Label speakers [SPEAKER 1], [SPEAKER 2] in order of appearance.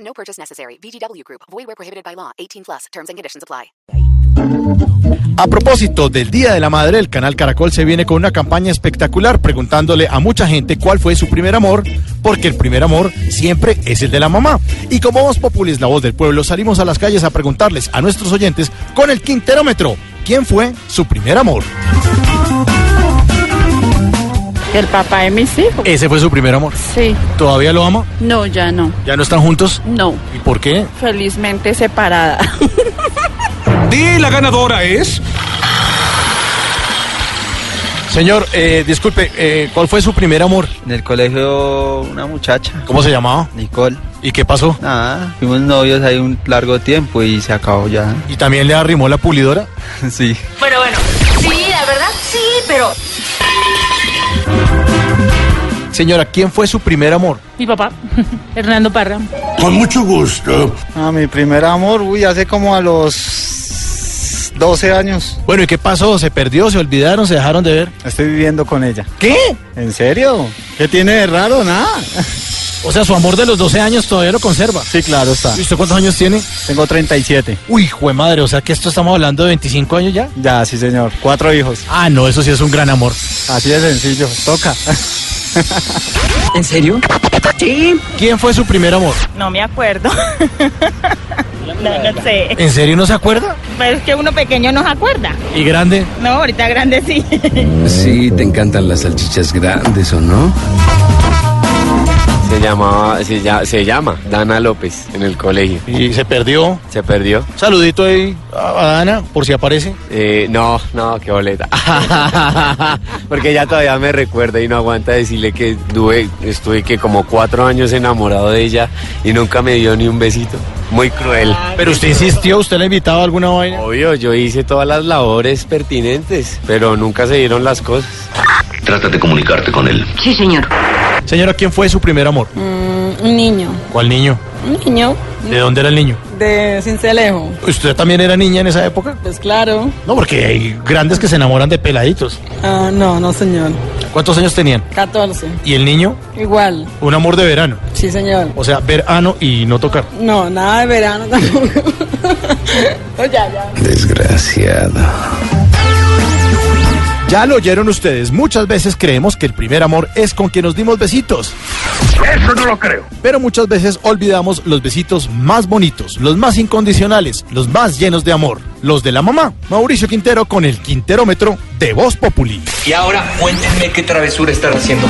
[SPEAKER 1] No purchase necessary. VGW Group. Void where prohibited by law. 18 plus. Terms and conditions apply.
[SPEAKER 2] A propósito del Día de la Madre, el canal Caracol se viene con una campaña espectacular preguntándole a mucha gente cuál fue su primer amor, porque el primer amor siempre es el de la mamá. Y como Voz Populis, la voz del pueblo, salimos a las calles a preguntarles a nuestros oyentes con el quinterómetro quién fue su primer amor.
[SPEAKER 3] El papá de mis hijos.
[SPEAKER 2] Ese fue su primer amor.
[SPEAKER 3] Sí.
[SPEAKER 2] ¿Todavía lo ama?
[SPEAKER 3] No, ya no.
[SPEAKER 2] ¿Ya no están juntos?
[SPEAKER 3] No.
[SPEAKER 2] ¿Y por qué?
[SPEAKER 3] Felizmente separada.
[SPEAKER 4] Y la ganadora es.
[SPEAKER 2] Señor, eh, disculpe, eh, ¿cuál fue su primer amor?
[SPEAKER 5] En el colegio una muchacha,
[SPEAKER 2] ¿Cómo se llamaba?
[SPEAKER 5] Nicole.
[SPEAKER 2] ¿Y qué pasó?
[SPEAKER 5] Nada, fuimos novios ahí un largo tiempo y se acabó ya.
[SPEAKER 2] ¿Y también le arrimó la pulidora?
[SPEAKER 5] Sí.
[SPEAKER 6] Bueno, bueno. Sí, la verdad sí, pero
[SPEAKER 2] Señora, ¿quién fue su primer amor?
[SPEAKER 7] Mi papá, Hernando Parra.
[SPEAKER 8] Con mucho gusto.
[SPEAKER 5] Ah, mi primer amor, uy, hace como a los 12 años.
[SPEAKER 2] Bueno, ¿y qué pasó? ¿Se perdió? ¿Se olvidaron? ¿Se dejaron de ver?
[SPEAKER 5] Estoy viviendo con ella.
[SPEAKER 2] ¿Qué?
[SPEAKER 5] ¿En serio? ¿Qué tiene de raro? Nada.
[SPEAKER 2] O sea, su amor de los 12 años todavía lo conserva.
[SPEAKER 5] Sí, claro, está.
[SPEAKER 2] ¿Y usted cuántos años tiene?
[SPEAKER 5] Tengo 37.
[SPEAKER 2] Uy, jue madre, o sea que esto estamos hablando de 25 años ya.
[SPEAKER 5] Ya, sí, señor. Cuatro hijos.
[SPEAKER 2] Ah, no, eso sí es un gran amor.
[SPEAKER 5] Así de sencillo. Toca.
[SPEAKER 6] ¿En serio? Sí.
[SPEAKER 2] ¿Quién fue su primer amor?
[SPEAKER 7] No me acuerdo. no, no sé.
[SPEAKER 2] ¿En serio no se acuerda?
[SPEAKER 7] Pero es que uno pequeño no se acuerda.
[SPEAKER 2] ¿Y grande?
[SPEAKER 7] No, ahorita grande sí.
[SPEAKER 9] Sí, te encantan las salchichas grandes, ¿o no?
[SPEAKER 10] Se llamaba, se, ya- se llama Dana López en el colegio.
[SPEAKER 2] ¿Y se perdió?
[SPEAKER 10] ¿Se perdió?
[SPEAKER 2] Saludito ahí a a Ana, por si aparece.
[SPEAKER 10] Eh, no, no, qué boleta. Porque ella todavía me recuerda y no aguanta decirle que tuve, estuve que como cuatro años enamorado de ella y nunca me dio ni un besito. Muy cruel.
[SPEAKER 2] Pero usted insistió, usted le invitaba a alguna vaina.
[SPEAKER 10] Obvio, yo hice todas las labores pertinentes, pero nunca se dieron las cosas.
[SPEAKER 9] Trata de comunicarte con él.
[SPEAKER 6] Sí, señor.
[SPEAKER 2] Señora, ¿quién fue su primer amor?
[SPEAKER 3] un niño.
[SPEAKER 2] ¿Cuál niño?
[SPEAKER 3] Un niño.
[SPEAKER 2] ¿De dónde era el niño?
[SPEAKER 3] De Cincelejo.
[SPEAKER 2] ¿Usted también era niña en esa época?
[SPEAKER 3] Pues claro.
[SPEAKER 2] No, porque hay grandes que se enamoran de peladitos.
[SPEAKER 3] Ah, no, no, señor.
[SPEAKER 2] ¿Cuántos años tenían?
[SPEAKER 3] 14.
[SPEAKER 2] ¿Y el niño?
[SPEAKER 3] Igual.
[SPEAKER 2] Un amor de verano.
[SPEAKER 3] Sí, señor.
[SPEAKER 2] O sea, verano y no tocar.
[SPEAKER 3] No, nada de verano tampoco. no, ya, ya.
[SPEAKER 9] Desgraciado.
[SPEAKER 2] Ya lo oyeron ustedes, muchas veces creemos que el primer amor es con quien nos dimos besitos,
[SPEAKER 4] Eso no lo creo.
[SPEAKER 2] pero muchas veces olvidamos los besitos más bonitos, los más incondicionales, los más llenos de amor, los de la mamá. Mauricio Quintero con el Quinterómetro de Voz Populi.
[SPEAKER 4] Y ahora cuéntenme qué travesura están haciendo.